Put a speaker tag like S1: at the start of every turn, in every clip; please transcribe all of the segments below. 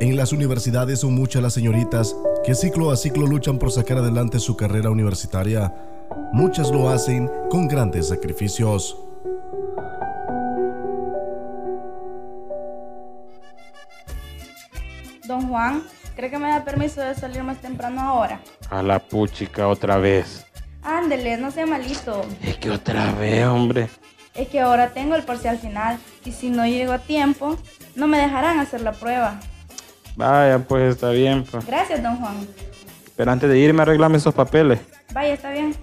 S1: En las universidades son muchas las señoritas que ciclo a ciclo luchan por sacar adelante su carrera universitaria. Muchas lo hacen con grandes sacrificios.
S2: Don Juan, ¿cree que me da permiso de salir más temprano ahora?
S3: A la puchica otra vez.
S2: Ándele, no sea malito.
S3: Es que otra vez, hombre.
S2: Es que ahora tengo el parcial final y si no llego a tiempo, no me dejarán hacer la prueba.
S3: Vaya, pues está bien. pues.
S2: Gracias, don Juan.
S3: Pero antes de irme, arreglame esos papeles.
S2: Vaya, está bien.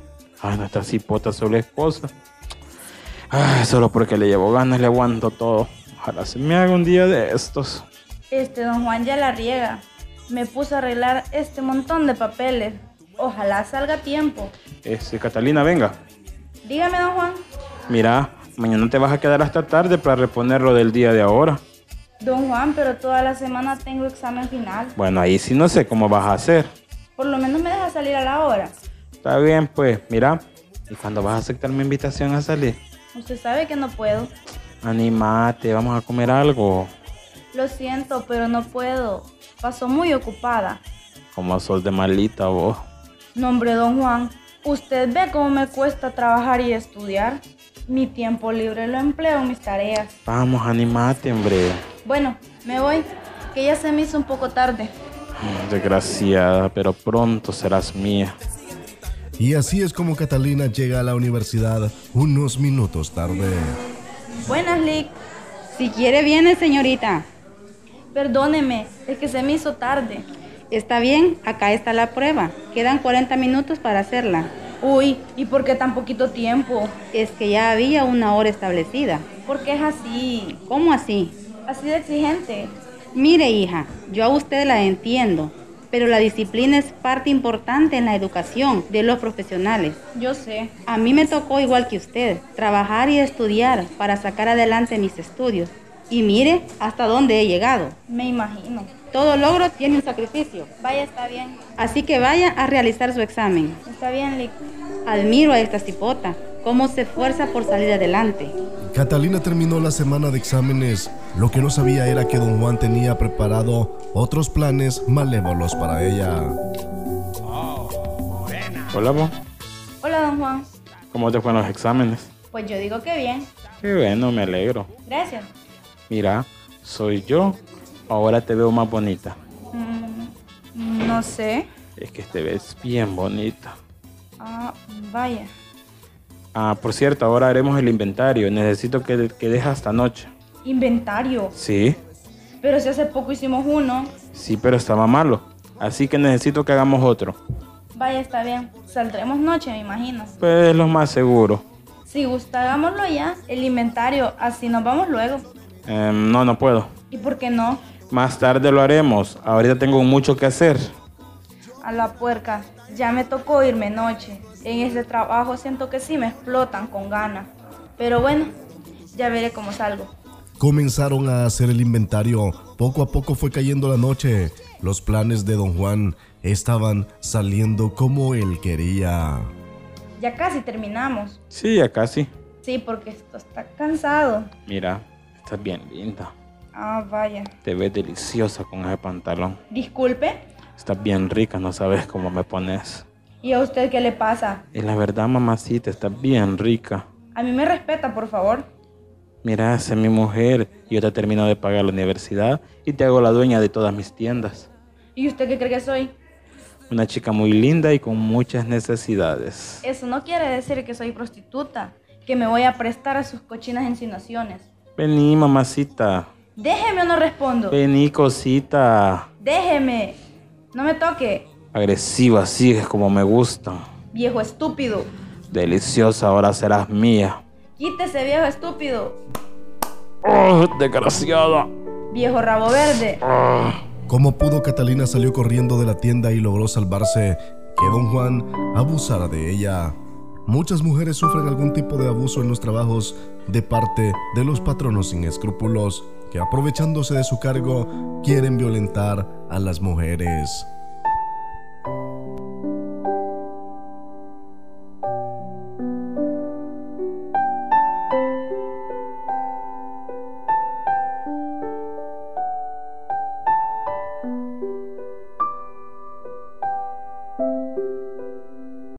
S3: Ah, no, esta cipota sobre esposa. Ah, solo porque le llevo ganas, le aguanto todo. Ojalá se me haga un día de estos.
S2: Este don Juan ya la riega. Me puso a arreglar este montón de papeles. Ojalá salga a tiempo.
S3: Este, Catalina, venga.
S2: Dígame, don Juan.
S3: Mira, mañana te vas a quedar hasta tarde para reponer lo del día de ahora.
S2: Don Juan, pero toda la semana tengo examen final.
S3: Bueno, ahí sí no sé cómo vas a hacer.
S2: Por lo menos me deja salir a la hora.
S3: Está bien, pues, mira. ¿Y cuando vas a aceptar mi invitación a salir?
S2: Usted sabe que no puedo.
S3: Animate, vamos a comer algo.
S2: Lo siento, pero no puedo. Paso muy ocupada.
S3: Como sos de malita vos.
S2: Nombre don Juan, usted ve cómo me cuesta trabajar y estudiar. Mi tiempo libre lo empleo en mis tareas.
S3: Vamos, animate, hombre.
S2: Bueno, me voy, que ya se me hizo un poco tarde.
S3: Mm, Desgraciada, pero pronto serás mía.
S1: Y así es como Catalina llega a la universidad unos minutos tarde.
S2: Buenas, Lick.
S4: Si quiere, viene, señorita.
S2: Perdóneme, es que se me hizo tarde.
S4: Está bien, acá está la prueba. Quedan 40 minutos para hacerla.
S2: Uy, ¿y por qué tan poquito tiempo?
S4: Es que ya había una hora establecida.
S2: ¿Por qué es así?
S4: ¿Cómo así?
S2: Así de exigente.
S4: Mire, hija, yo a usted la entiendo, pero la disciplina es parte importante en la educación de los profesionales.
S2: Yo sé.
S4: A mí me tocó igual que usted, trabajar y estudiar para sacar adelante mis estudios. Y mire hasta dónde he llegado.
S2: Me imagino.
S4: Todo logro tiene un sacrificio.
S2: Vaya, está bien.
S4: Así que vaya a realizar su examen.
S2: Está bien, Lick.
S4: Admiro a esta cipota, cómo se esfuerza por salir adelante.
S1: Catalina terminó la semana de exámenes. Lo que no sabía era que don Juan tenía preparado otros planes malévolos para ella.
S3: Hola, vos.
S2: Hola, don Juan.
S3: ¿Cómo te fueron los exámenes?
S2: Pues yo digo que bien.
S3: Qué bueno, me alegro.
S2: Gracias.
S3: Mira, soy yo. Ahora te veo más bonita.
S2: Mm, no sé.
S3: Es que te ves bien bonita.
S2: Ah, vaya.
S3: Ah, por cierto, ahora haremos el inventario. Necesito que, que dejes hasta noche.
S2: Inventario.
S3: Sí,
S2: Pero si hace poco hicimos uno.
S3: sí, pero estaba malo. Así que necesito que hagamos otro.
S2: Vaya, está bien. Saldremos noche, me imagino.
S3: Pues es lo más seguro.
S2: Si gusta, hagámoslo ya. El inventario, así nos vamos luego.
S3: Em, no, no puedo.
S2: ¿Y por qué no?
S3: Más tarde lo haremos. Ahorita tengo mucho que hacer.
S2: A la puerca. Ya me tocó irme noche. En este trabajo siento que sí me explotan con ganas. Pero bueno, ya veré cómo salgo.
S1: Comenzaron a hacer el inventario. Poco a poco fue cayendo la noche. Los planes de don Juan estaban saliendo como él quería.
S2: Ya casi terminamos.
S3: Sí, ya casi.
S2: Sí, porque esto está cansado.
S3: Mira, estás bien linda.
S2: Ah, vaya.
S3: Te ves deliciosa con ese pantalón.
S2: Disculpe.
S3: Estás bien rica, no sabes cómo me pones.
S2: ¿Y a usted qué le pasa?
S3: Y la verdad, mamacita, estás bien rica.
S2: A mí me respeta, por favor.
S3: Mira, sé mi mujer. Yo te termino de pagar la universidad y te hago la dueña de todas mis tiendas.
S2: ¿Y usted qué cree que soy?
S3: Una chica muy linda y con muchas necesidades.
S2: Eso no quiere decir que soy prostituta, que me voy a prestar a sus cochinas insinuaciones.
S3: Vení, mamacita.
S2: Déjeme o no respondo.
S3: Vení, cosita.
S2: Déjeme. No me toque,
S3: Agresiva, así es como me gusta.
S2: viejo estúpido.
S3: Deliciosa, ahora serás mía.
S2: Quítese, viejo estúpido.
S3: ¡Oh, desgraciada!
S2: Viejo rabo verde.
S1: Como pudo, Catalina salió corriendo de la tienda y logró salvarse que don Juan abusara de ella. Muchas mujeres sufren algún tipo de abuso en los trabajos de parte de los patronos sin escrúpulos que aprovechándose de su cargo quieren violentar a las mujeres.